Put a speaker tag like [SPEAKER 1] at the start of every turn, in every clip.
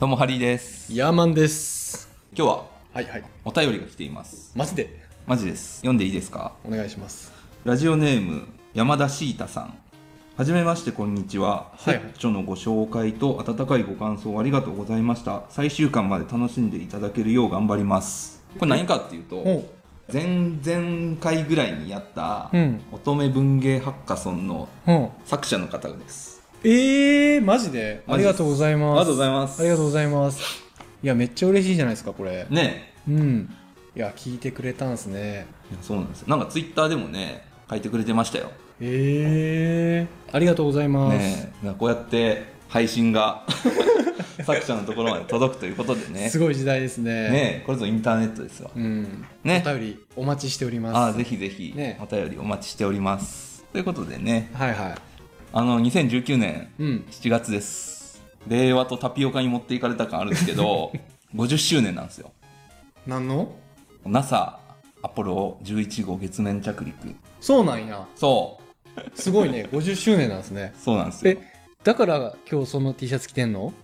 [SPEAKER 1] どうもハリーです
[SPEAKER 2] ヤーマンです。
[SPEAKER 1] 今日は
[SPEAKER 2] はいはい。
[SPEAKER 1] お便りが来ています
[SPEAKER 2] マジで
[SPEAKER 1] マジです読んでいいですか
[SPEAKER 2] お願いします。
[SPEAKER 1] ラジオネーム山田シータさんはじめましてこんにちは、
[SPEAKER 2] はい
[SPEAKER 1] セッチョのご紹介と温かいご感想ありがとうございました最終巻まで楽しんでいただけるよう頑張りますこれ何かっていうと、
[SPEAKER 2] おう
[SPEAKER 1] 前々回ぐらいにやった、
[SPEAKER 2] うん
[SPEAKER 1] 乙女文芸ハッカソンの
[SPEAKER 2] うん。
[SPEAKER 1] 作者の方です
[SPEAKER 2] ええマジでありがとうござい
[SPEAKER 1] あ
[SPEAKER 2] ます。
[SPEAKER 1] りがとうございます
[SPEAKER 2] ありがとうございます。いや、めっちゃ嬉しいじゃないですか、これ。
[SPEAKER 1] ねえ
[SPEAKER 2] うん。いや、聞いてくれたんすね。
[SPEAKER 1] いやそうなんですよなんかツイッターでもね書いてくれてましたよ
[SPEAKER 2] ええありがとうございます。
[SPEAKER 1] ねえなんかこうやって配信が 作者のところまで届くということでね
[SPEAKER 2] すごい時代ですね。
[SPEAKER 1] ねえこれぞインターネットですよ、
[SPEAKER 2] うん。
[SPEAKER 1] ね
[SPEAKER 2] お便りお待ちしております。
[SPEAKER 1] ああぜひぜひ
[SPEAKER 2] ね
[SPEAKER 1] お便りお待ちしております、ということでね
[SPEAKER 2] はいはい。
[SPEAKER 1] あの2019年
[SPEAKER 2] うん。
[SPEAKER 1] 7月です令和とタピオカに持っていかれた感あるんですけ ど50周年なんですよ
[SPEAKER 2] 何の
[SPEAKER 1] NASA アポロ11号月面着陸
[SPEAKER 2] そうなんや。
[SPEAKER 1] そう
[SPEAKER 2] すごい ね。50周年なんですね。
[SPEAKER 1] そうなんですよ
[SPEAKER 2] え、だから今日その T シャツ着てんの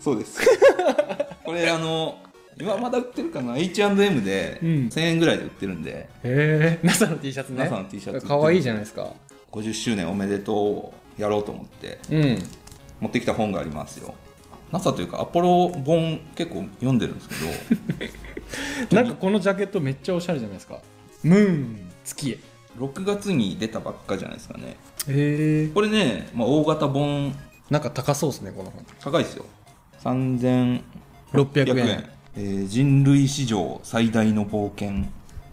[SPEAKER 1] そうです これあの今まだ売ってるかな H&M で
[SPEAKER 2] うん
[SPEAKER 1] 1000円ぐらいで売ってるんで、
[SPEAKER 2] へえ NASA の T シャツね
[SPEAKER 1] NASA の T シャツ売ってる
[SPEAKER 2] かわいいじゃないですか
[SPEAKER 1] 50周年おめでとうをやろうと思って
[SPEAKER 2] うん
[SPEAKER 1] 持ってきた本がありますよ NASA というかアポロ本結構読んでるんですけど
[SPEAKER 2] なんかこのジャケットめっちゃおしゃれじゃないですかムーン月へ
[SPEAKER 1] 6月に出たばっかじゃないですかね
[SPEAKER 2] へえ
[SPEAKER 1] これね、まあ、大型本
[SPEAKER 2] なんか高そうですねこの本
[SPEAKER 1] 高いですよ3600
[SPEAKER 2] 600円
[SPEAKER 1] えー人類史上最大の冒険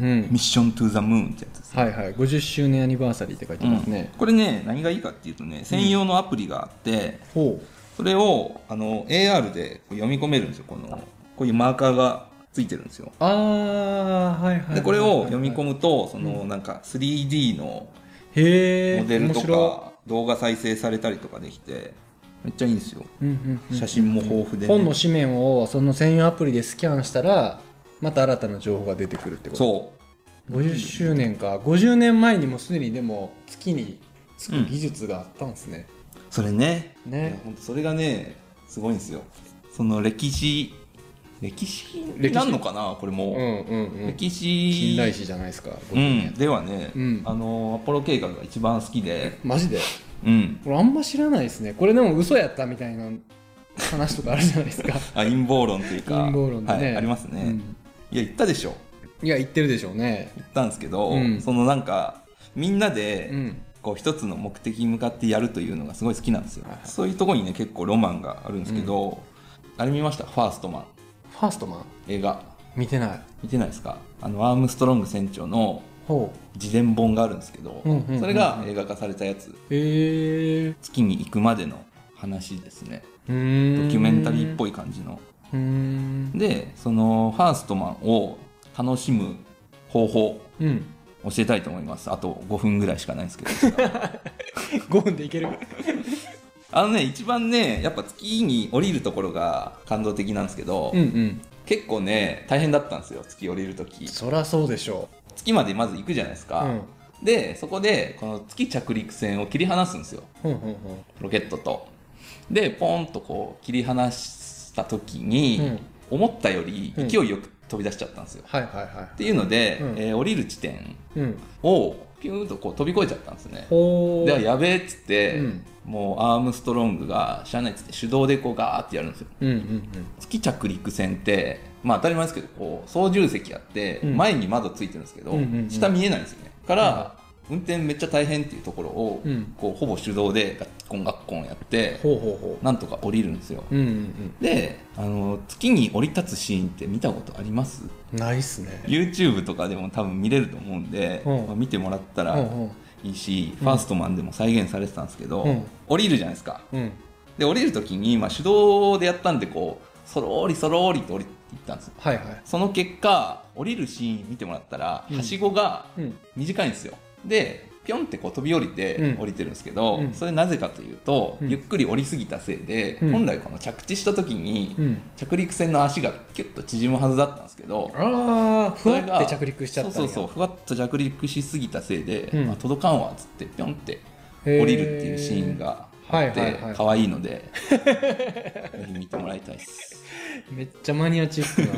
[SPEAKER 2] うん
[SPEAKER 1] ミッション・トゥ・ザ・ムーンってやつです
[SPEAKER 2] はいはい50周年アニバーサリーって書いてますね、
[SPEAKER 1] これね何がいいかっていうとね専用のアプリがあって、
[SPEAKER 2] ほ
[SPEAKER 1] それをあの AR でこう読み込めるんですよこのこういうマーカーがついてるんですよ
[SPEAKER 2] うああはいはいはいはい
[SPEAKER 1] でこれを読み込
[SPEAKER 2] む
[SPEAKER 1] むとそのなんか 3D の
[SPEAKER 2] へえ
[SPEAKER 1] モデルと
[SPEAKER 2] 面白
[SPEAKER 1] か動画再生されたりとかできてめっちゃいいんですよ
[SPEAKER 2] いうんうんうん
[SPEAKER 1] 写真も豊富でね
[SPEAKER 2] 本の紙面をその専用アプリでスキャンしたらまた新たな情報が出てくるってこと
[SPEAKER 1] そ
[SPEAKER 2] 50周年か50年前にもすでにでも月につく技術があったんですね、
[SPEAKER 1] うそれね
[SPEAKER 2] ね
[SPEAKER 1] いやほんとそれがねすごいんですよその歴史歴史
[SPEAKER 2] 歴史
[SPEAKER 1] なんのかなこれ
[SPEAKER 2] う
[SPEAKER 1] も
[SPEAKER 2] んうんうん
[SPEAKER 1] 歴史
[SPEAKER 2] 近代史じゃないですか、50
[SPEAKER 1] うん
[SPEAKER 2] 年
[SPEAKER 1] ではね
[SPEAKER 2] うん
[SPEAKER 1] あのアポロ計画が一番好きで
[SPEAKER 2] マジで
[SPEAKER 1] うん
[SPEAKER 2] これあんま知らないですねこれでも嘘やったみたいな話とかあるじゃないです か
[SPEAKER 1] あ陰謀論というか
[SPEAKER 2] 陰謀論でね、
[SPEAKER 1] はい、ありますね、
[SPEAKER 2] うん
[SPEAKER 1] いや言ったでしょ
[SPEAKER 2] いや言ってるでしょうね
[SPEAKER 1] 言ったんですけど、
[SPEAKER 2] うん
[SPEAKER 1] そのなんかみんなで、
[SPEAKER 2] うん
[SPEAKER 1] こう一つの目的に向かってやるというのがすごい好きなんですよ、
[SPEAKER 2] はいはい
[SPEAKER 1] そういうところにね結構ロマンがあるんですけど、あれ見ました「ファーストマン
[SPEAKER 2] ファーストマン」
[SPEAKER 1] 映画
[SPEAKER 2] 見てない
[SPEAKER 1] 見てないですかあのアームストロング船長の
[SPEAKER 2] ほう
[SPEAKER 1] 自伝本があるんですけど、
[SPEAKER 2] うんうんうんうん
[SPEAKER 1] それが映画化されたやつ
[SPEAKER 2] へえ
[SPEAKER 1] 月に行くまでの話ですねドキュ
[SPEAKER 2] ドキュ
[SPEAKER 1] メンタリーっぽ
[SPEAKER 2] い
[SPEAKER 1] い感じの
[SPEAKER 2] うーん
[SPEAKER 1] でそのファーストマンを楽しむ方法
[SPEAKER 2] うん
[SPEAKER 1] 教えたいと思いますあと5分ぐらいしかないんですけど
[SPEAKER 2] 5分でいける
[SPEAKER 1] あのね一番ねやっぱ月に降りるところが感動的なんですけど、
[SPEAKER 2] うんうん
[SPEAKER 1] 結構ね大変だったんですよ月降りる時
[SPEAKER 2] そりゃそうでしょ
[SPEAKER 1] 月までまず行くじゃないです
[SPEAKER 2] う、
[SPEAKER 1] か、
[SPEAKER 2] うん
[SPEAKER 1] でそこでこの月着陸船を切り離すんですよ
[SPEAKER 2] ほうほうほ
[SPEAKER 1] ロケットとでポンとこう切り離した時
[SPEAKER 2] う
[SPEAKER 1] に、
[SPEAKER 2] うん
[SPEAKER 1] 思ったより勢いよく飛び出しちゃったんですよ、
[SPEAKER 2] はいはいは
[SPEAKER 1] っていうので、
[SPEAKER 2] うん
[SPEAKER 1] えー降りる地点
[SPEAKER 2] い。うん。
[SPEAKER 1] をピューンとこう飛び越えちゃったんですね
[SPEAKER 2] ほ
[SPEAKER 1] でやべえっつって、
[SPEAKER 2] うん
[SPEAKER 1] もうアームストロングがしゃあないっつって手動でこうガーってやるんですよ
[SPEAKER 2] うんうん
[SPEAKER 1] 月着陸船ってまあ当たり前ですけどこう操縦席あって
[SPEAKER 2] うん
[SPEAKER 1] 前に窓ついてるんですけど、
[SPEAKER 2] うんうんうん
[SPEAKER 1] 下見えないんですよねから、運転めっちゃ大変っていうところを、
[SPEAKER 2] うん
[SPEAKER 1] こうほぼ手動でガッコンガッコンやって
[SPEAKER 2] ほうほうほ
[SPEAKER 1] なんとか降りるんですよ、
[SPEAKER 2] う。うんうん
[SPEAKER 1] であの月に降り立つシーンって見たことあります
[SPEAKER 2] うん。ないっすね。
[SPEAKER 1] YouTube とかでも多分見れると思うんで、
[SPEAKER 2] うん
[SPEAKER 1] まあ見てもらった
[SPEAKER 2] うん
[SPEAKER 1] らいいし、ファーストマンでも再現されてたんですけど、
[SPEAKER 2] うん
[SPEAKER 1] 降りるじゃないですか
[SPEAKER 2] うん。うん。
[SPEAKER 1] で降りる時に、まあ、手動でやったんでこうそろーりそろーりと降りていったんですよ
[SPEAKER 2] はいはい。
[SPEAKER 1] その結果降りるシーン見てもらったら、
[SPEAKER 2] うん
[SPEAKER 1] はしごが
[SPEAKER 2] うん。
[SPEAKER 1] 短いんですよでピョンってこう飛び降りて
[SPEAKER 2] うん
[SPEAKER 1] 降りてるんですけど、
[SPEAKER 2] うん
[SPEAKER 1] それなぜかというと、
[SPEAKER 2] うん
[SPEAKER 1] ゆっくり降りすぎたせいで、
[SPEAKER 2] うん
[SPEAKER 1] 本来この着地した時に、
[SPEAKER 2] うん。
[SPEAKER 1] 着陸船の足がキュッと縮むはずだったんですけど
[SPEAKER 2] ああ、ふ
[SPEAKER 1] そ
[SPEAKER 2] わ
[SPEAKER 1] れが
[SPEAKER 2] って着陸しちゃったんや。
[SPEAKER 1] そうそうそうふわっと着陸しすぎたせいで、
[SPEAKER 2] うん
[SPEAKER 1] まあ、届かんわっつってピョンって
[SPEAKER 2] へー
[SPEAKER 1] 降りるっていうシーン。が
[SPEAKER 2] はい
[SPEAKER 1] あっ
[SPEAKER 2] はい
[SPEAKER 1] て
[SPEAKER 2] はい
[SPEAKER 1] 可愛いのでぜひ見てもらいたいです
[SPEAKER 2] めっちゃマニアチッ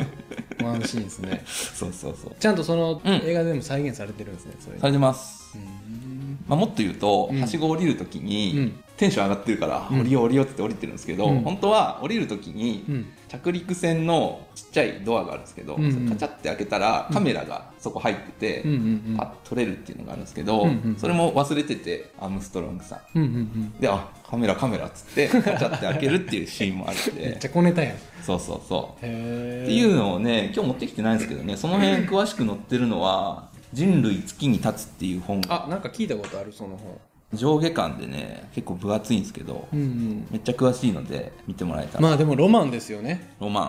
[SPEAKER 2] ク なワンシーンですね
[SPEAKER 1] そうそうそう
[SPEAKER 2] ちゃんとその
[SPEAKER 1] うん
[SPEAKER 2] 映画でも再現されてるんですねそれ
[SPEAKER 1] されてます
[SPEAKER 2] う、ん
[SPEAKER 1] まあ、もっと言うと、
[SPEAKER 2] うん
[SPEAKER 1] はしご降りるとき
[SPEAKER 2] う
[SPEAKER 1] に
[SPEAKER 2] ん
[SPEAKER 1] テンション上がってるから、
[SPEAKER 2] うん
[SPEAKER 1] 降りよう降りようって言って降りてるんですけど、
[SPEAKER 2] うん
[SPEAKER 1] 本当は降りるときに、
[SPEAKER 2] うん
[SPEAKER 1] 着陸船のちっちゃいドアがあるんですけど、
[SPEAKER 2] うんうん
[SPEAKER 1] それカチャって開けたらカメラがそこ入ってて、
[SPEAKER 2] うんうん
[SPEAKER 1] パッと撮れるっていうのがあるんですけど、
[SPEAKER 2] うんうん
[SPEAKER 1] それも忘れててアームストロングさん
[SPEAKER 2] うんうんうん
[SPEAKER 1] であカメラカメラっつってカチャって開けるっていうシーンもあるん
[SPEAKER 2] めっ
[SPEAKER 1] で
[SPEAKER 2] ちゃこねたやんへ
[SPEAKER 1] そうそうそう
[SPEAKER 2] え
[SPEAKER 1] っていうのをね今日持ってきてないんですけどねその辺詳しく載ってるのは「人類月に立つ」っていう本が
[SPEAKER 2] あなんか聞いたことあるその本
[SPEAKER 1] 上下巻でね結構分厚いんですけど、
[SPEAKER 2] うんうん
[SPEAKER 1] めっちゃ詳しいので見てもらえたら、
[SPEAKER 2] まあでもロマンですよね
[SPEAKER 1] ロマ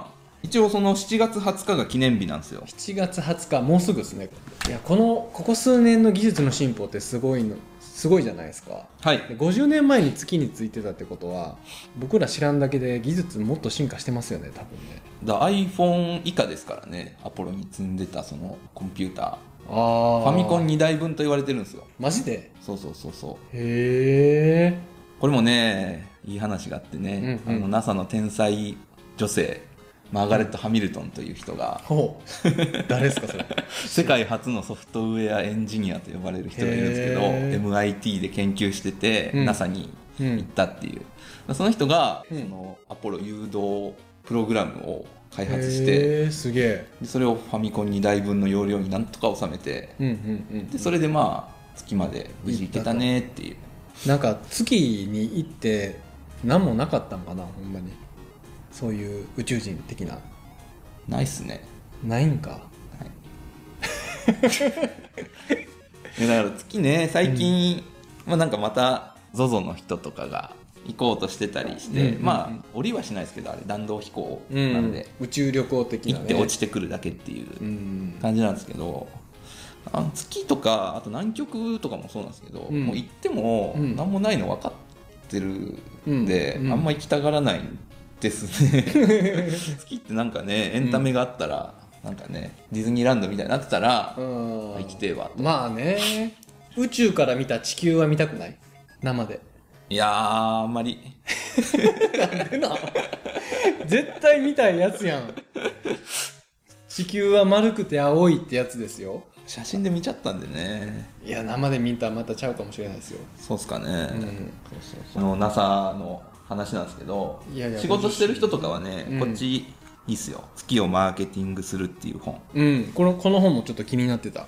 [SPEAKER 1] ン一応その7月20日が記念日なんですよ
[SPEAKER 2] 7月20日もうすぐですねいやこのここ数年の技術の進歩ってすごいのすごいじゃないですか
[SPEAKER 1] はい
[SPEAKER 2] で50年前に月についてたってことは僕ら知らんだけで技術もっと進化してますよね多分ね
[SPEAKER 1] だ iPhone 以下ですからねアポロに積んでたそのコンピュータ
[SPEAKER 2] あ
[SPEAKER 1] ー
[SPEAKER 2] あ
[SPEAKER 1] ファミコン2台分と言われてるんですよ
[SPEAKER 2] マジで
[SPEAKER 1] そうそうそうそう
[SPEAKER 2] へえ
[SPEAKER 1] これもねいい話があってね、
[SPEAKER 2] うんうん
[SPEAKER 1] あの NASA の天才女性マーガレット・ハミルトンという人が
[SPEAKER 2] ほう 誰ですかそれ
[SPEAKER 1] 世界初のソフトウェアエンジニアと呼ばれる人がいるんですけど
[SPEAKER 2] へー
[SPEAKER 1] MIT で研究してて、
[SPEAKER 2] うん
[SPEAKER 1] NASA に
[SPEAKER 2] う
[SPEAKER 1] 行っ
[SPEAKER 2] ん
[SPEAKER 1] たっていう、その人が、
[SPEAKER 2] うん
[SPEAKER 1] そのアポロ誘導プログラムを開
[SPEAKER 2] 開
[SPEAKER 1] 発して
[SPEAKER 2] すげえ
[SPEAKER 1] でそれをファミコン2台分の容量になんとか収めて
[SPEAKER 2] うんうんうん
[SPEAKER 1] でそれでまあ月まで無事行けたねっていう
[SPEAKER 2] なんか月に行って何もなかったんかなほんまにそういう宇宙人的な
[SPEAKER 1] ないっすね
[SPEAKER 2] ないんか
[SPEAKER 1] ね だから月ね最近、まあ、なんかまた ZOZO の人とかが行こうとしてたりして、
[SPEAKER 2] うんうんうん
[SPEAKER 1] まあ降りはしないですけどあれ弾道飛行なんで、
[SPEAKER 2] 宇宙旅行的
[SPEAKER 1] 行
[SPEAKER 2] な、ね、
[SPEAKER 1] って落ちてくるだけっていううん感じなんですけど、あの月とかあと南極とかもそうなんですけど、
[SPEAKER 2] うん
[SPEAKER 1] もう行っても
[SPEAKER 2] うん
[SPEAKER 1] 何もないの分かってるんで、
[SPEAKER 2] うんうん
[SPEAKER 1] あんま行きたがらないんです ね月ってなんかねエンタメがあったら、なんかねディズニーランドみたいになってたら、
[SPEAKER 2] うん
[SPEAKER 1] あ行きてえわと
[SPEAKER 2] まあね宇宙から見た地球は見たくない 生で
[SPEAKER 1] いやーあんまり
[SPEAKER 2] 絶対見たいやつやん地球は丸くて青いってやつですよ
[SPEAKER 1] 写真で見ちゃったんでね
[SPEAKER 2] いや生で見たらまたちゃうかもしれないですよ、
[SPEAKER 1] そうっすかね、
[SPEAKER 2] うん、
[SPEAKER 1] その NASA の話なんですけど
[SPEAKER 2] いやいや
[SPEAKER 1] 仕事してる人とかはね、
[SPEAKER 2] うん
[SPEAKER 1] こっちいいっすよ月をマーケティングするっていう本
[SPEAKER 2] うん、このこの本もちょっと気になってた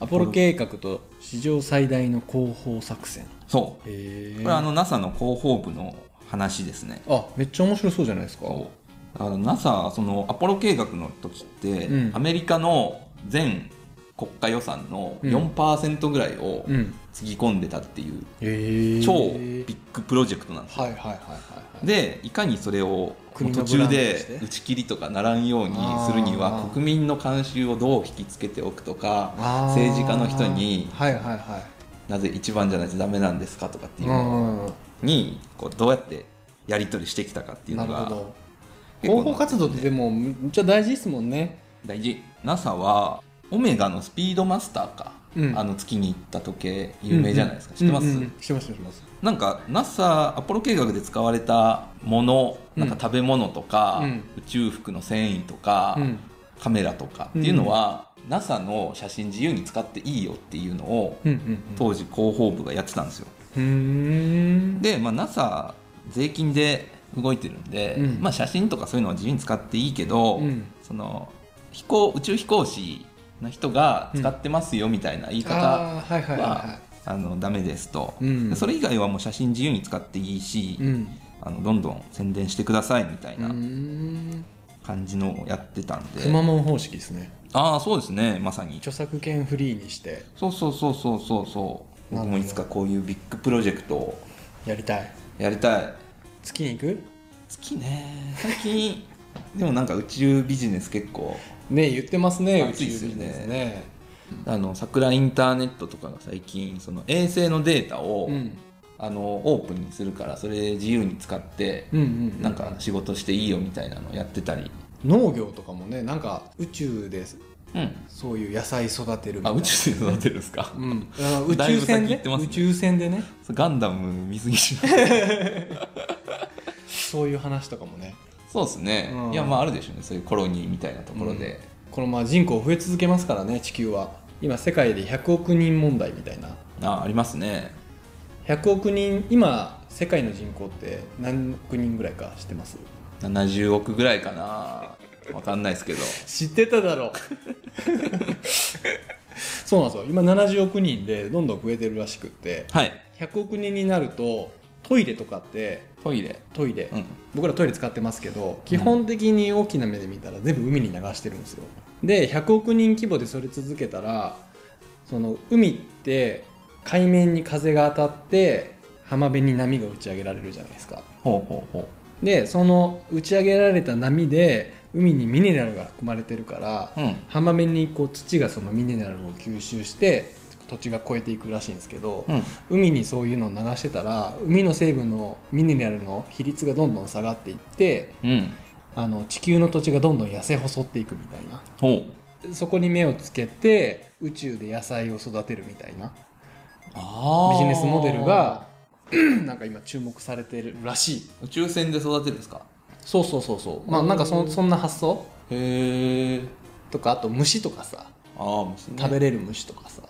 [SPEAKER 2] アポロ計画と史上最大の広報作戦
[SPEAKER 1] そう
[SPEAKER 2] へえ
[SPEAKER 1] これあの NASA の広報部の話ですね
[SPEAKER 2] あめっちゃ面白そうじゃないですか
[SPEAKER 1] そうだから NASA そのアポロ計画の時って、
[SPEAKER 2] うん
[SPEAKER 1] アメリカの全国家予算の
[SPEAKER 2] うん
[SPEAKER 1] 4%ぐらいを
[SPEAKER 2] うん
[SPEAKER 1] つぎ込んでたっていう
[SPEAKER 2] へえ
[SPEAKER 1] 超ビッグプロジェクトなんですよ
[SPEAKER 2] はいはいはいはいはい
[SPEAKER 1] でいかにそれを
[SPEAKER 2] 国の
[SPEAKER 1] 途
[SPEAKER 2] ブ
[SPEAKER 1] 中
[SPEAKER 2] ランドと
[SPEAKER 1] で
[SPEAKER 2] して
[SPEAKER 1] 打ち切りとかならんようにするに
[SPEAKER 2] あ
[SPEAKER 1] は
[SPEAKER 2] ー
[SPEAKER 1] 国民の慣習をどう引きつけておくとか
[SPEAKER 2] あー
[SPEAKER 1] 政治家の人に
[SPEAKER 2] はいはいは
[SPEAKER 1] なぜ一番じゃないとダメなんですかとかって
[SPEAKER 2] い
[SPEAKER 1] いう
[SPEAKER 2] う
[SPEAKER 1] の
[SPEAKER 2] んうんうん
[SPEAKER 1] にこうどうやってやり取りしてきたかっていう
[SPEAKER 2] な
[SPEAKER 1] の
[SPEAKER 2] るほ
[SPEAKER 1] が
[SPEAKER 2] ど
[SPEAKER 1] 結構
[SPEAKER 2] 広報活動ってでもめっちゃ大事ですもんね
[SPEAKER 1] 大事 NASA はオメガのスピードマスターか、
[SPEAKER 2] うん
[SPEAKER 1] あの月に行った時計有名じゃないですか、知ってます、
[SPEAKER 2] うんうん知ってます知ってます
[SPEAKER 1] なんか NASA アポロ計画で使われたものなんか食べ物とか、
[SPEAKER 2] うん
[SPEAKER 1] 宇宙服の繊維とか、
[SPEAKER 2] うん
[SPEAKER 1] カメラとかっていうのは、NASA の写真自由に使っていいよっていうのを
[SPEAKER 2] うんうん
[SPEAKER 1] 当時広報部がやってたんですよ
[SPEAKER 2] うんうん
[SPEAKER 1] で、まあ、NASA 税金で動いてるんで、
[SPEAKER 2] うん
[SPEAKER 1] まあ、写真とかそういうのは自由に使っていいけど、
[SPEAKER 2] うん
[SPEAKER 1] その飛行宇宙飛行士の人が使ってますよみたいな言い方は、
[SPEAKER 2] あーはいはいはいはい
[SPEAKER 1] あのダメですと、
[SPEAKER 2] うん
[SPEAKER 1] でそれ以外はもう写真自由に使っていいし、
[SPEAKER 2] うん
[SPEAKER 1] あのどんどん宣伝してくださいみたいうなん感じのをやってたんで、
[SPEAKER 2] くまモン方式ですね
[SPEAKER 1] ああそうですねまさに
[SPEAKER 2] 著作権フリーにして
[SPEAKER 1] そうそうそうそうそうそう
[SPEAKER 2] な
[SPEAKER 1] 僕
[SPEAKER 2] るほど
[SPEAKER 1] もいつかこういうビッグプロジェクトを
[SPEAKER 2] やりたい
[SPEAKER 1] やりたい
[SPEAKER 2] 月に行く
[SPEAKER 1] 好きね最近でもなんか宇宙ビジネス結構
[SPEAKER 2] ね言ってますね宇
[SPEAKER 1] 暑
[SPEAKER 2] 宙
[SPEAKER 1] いっすよ
[SPEAKER 2] 人
[SPEAKER 1] ね
[SPEAKER 2] ですね
[SPEAKER 1] あの桜インターネットとかが最近その衛星のデータを、
[SPEAKER 2] うん
[SPEAKER 1] あのオープンにするからそれ自由に使って、
[SPEAKER 2] うんうん
[SPEAKER 1] なんか仕事していいよみたいなのやってたり
[SPEAKER 2] 農業とかもねなんか宇宙で
[SPEAKER 1] うん
[SPEAKER 2] そういう野菜育てるみた
[SPEAKER 1] あ
[SPEAKER 2] いな
[SPEAKER 1] 宇宙で育てるんですか
[SPEAKER 2] うん、あの宇
[SPEAKER 1] だい
[SPEAKER 2] 宙
[SPEAKER 1] ぶ先
[SPEAKER 2] 船
[SPEAKER 1] 行
[SPEAKER 2] で、
[SPEAKER 1] ってますね
[SPEAKER 2] 宇宙船でね
[SPEAKER 1] ガンダム水着し
[SPEAKER 2] そういう話とかもね
[SPEAKER 1] そうですね、
[SPEAKER 2] うん
[SPEAKER 1] いやまああるでしょうねそういうコロニーみたいなところで、
[SPEAKER 2] このまあ人口増え続けますからね地球は今世界で100億人問題みたいな
[SPEAKER 1] あありますね
[SPEAKER 2] 100億人今世界の人口って何億人ぐらいか知ってます
[SPEAKER 1] 70億ぐらいかなわかんないですけど
[SPEAKER 2] 知ってただろう そうなんですよ今70億人でどんどん増えてるらしくって
[SPEAKER 1] はい
[SPEAKER 2] 100億人になるとトイレとかって
[SPEAKER 1] トイレ
[SPEAKER 2] トイレ、
[SPEAKER 1] うん
[SPEAKER 2] 僕らトイレ使ってますけど基本的に大きな目で見たら全部海に流してるんですよで100億人規模でそれ続けたらその海って海面に風が当たって浜辺に波が打ち上げられるじゃないですか
[SPEAKER 1] ほうほうほ
[SPEAKER 2] でその打ち上げられた波で海にミネラルが含まれてるから、
[SPEAKER 1] ううん
[SPEAKER 2] 浜辺にこう土がそのミネラルを吸収して土地が越えていくらしいんですけど、
[SPEAKER 1] うん
[SPEAKER 2] 海にそういうのを流してたら海の成分のミネラルの比率がどんどん下がっていって
[SPEAKER 1] うん
[SPEAKER 2] あの地球の土地がどんどん痩せ細っていくみたいな
[SPEAKER 1] ほう
[SPEAKER 2] そこに目をつけて宇宙で野菜を育てるみたいな
[SPEAKER 1] あ
[SPEAKER 2] ビジネスモデルが なんか今注目されてるらしい
[SPEAKER 1] 宇宙船で育てるんですか
[SPEAKER 2] そうそうそうそうまあなんかそそんな発想
[SPEAKER 1] へえ
[SPEAKER 2] とかあと虫とかさ
[SPEAKER 1] ああ虫ね
[SPEAKER 2] 食べれる虫とかさ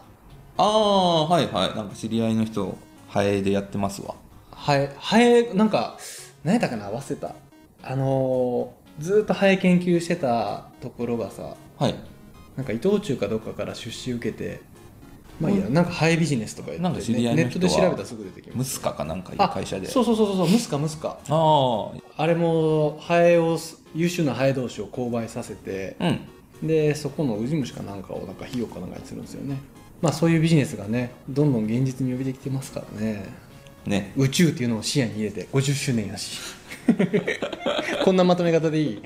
[SPEAKER 1] ああはいはいなんか知り合いの人ハエでやってますわ
[SPEAKER 2] ハエ、ハエ、なんか、何やったかな忘れた。あのーずーっとハエ研究してたところがさ、
[SPEAKER 1] はい
[SPEAKER 2] なんか伊藤忠かどっかから出資受けて、まあいいや、
[SPEAKER 1] う
[SPEAKER 2] なんかハエビジネスとか言って、
[SPEAKER 1] なんか知り合い
[SPEAKER 2] ネ
[SPEAKER 1] の
[SPEAKER 2] ット
[SPEAKER 1] 人は
[SPEAKER 2] で調べたらすぐ出てきます。
[SPEAKER 1] ムスカかなんかいう
[SPEAKER 2] あ
[SPEAKER 1] 会社で
[SPEAKER 2] そうそうそうそう、ムスカムスカ。
[SPEAKER 1] あ
[SPEAKER 2] あれも、ハエを、優秀なハエ同士を購買させて、
[SPEAKER 1] あうん
[SPEAKER 2] で、そこのウジ虫かなんかをなんか費用かなんかにするんですよね。まあそういうビジネスがね、どんどん現実に呼びてきてますからね。
[SPEAKER 1] ね
[SPEAKER 2] 宇宙っていうのを視野に入れて50周年 やしこんなまとめ方でいい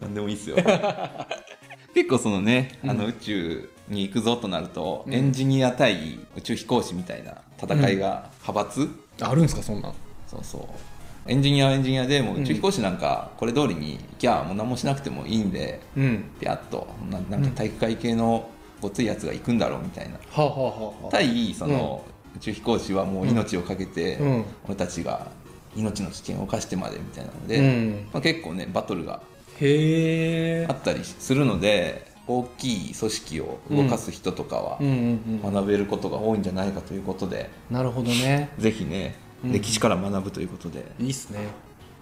[SPEAKER 1] なんでもいいっすよ 結構そのね、あの宇宙に行くぞとなると、
[SPEAKER 2] うん
[SPEAKER 1] エンジニア対宇宙飛行士みたいな戦いが派閥、
[SPEAKER 2] あるんですかそんなん
[SPEAKER 1] そうそうエンジニアはエンジニアでもう宇宙飛行士なんかこれ通りに、いやもう何もしなくてもいいんで
[SPEAKER 2] うん
[SPEAKER 1] ピャッとななんか体育会系のごついやつが行くんだろうみたいな、
[SPEAKER 2] はあ、はあはあはあ、
[SPEAKER 1] 対その、宇宙飛行士はもう命を懸けて、
[SPEAKER 2] うん
[SPEAKER 1] 俺たちが命の危険を冒してまでみたいなので、
[SPEAKER 2] うん
[SPEAKER 1] まあ、結構ねバトルが
[SPEAKER 2] へえ
[SPEAKER 1] あったりするので大きい組織を動かす人とかは
[SPEAKER 2] うんうんうん
[SPEAKER 1] 学べることが多いんじゃないかということで、
[SPEAKER 2] なるほどね
[SPEAKER 1] ぜひね、
[SPEAKER 2] うん
[SPEAKER 1] 歴史から学ぶということで
[SPEAKER 2] いいっすね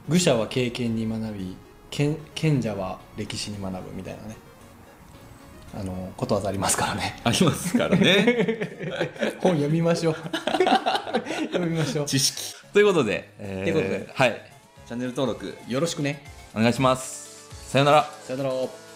[SPEAKER 2] 愚者は経験に学び賢賢者は歴史に学ぶみたいなねあのことわざありますから ね
[SPEAKER 1] ありますからね
[SPEAKER 2] 本読みま しょう読みましょ
[SPEAKER 1] 知識ということで,、えー
[SPEAKER 2] ということで
[SPEAKER 1] はいチャンネル登録
[SPEAKER 2] うよろしくね
[SPEAKER 1] お願いしますさよなら
[SPEAKER 2] さよなら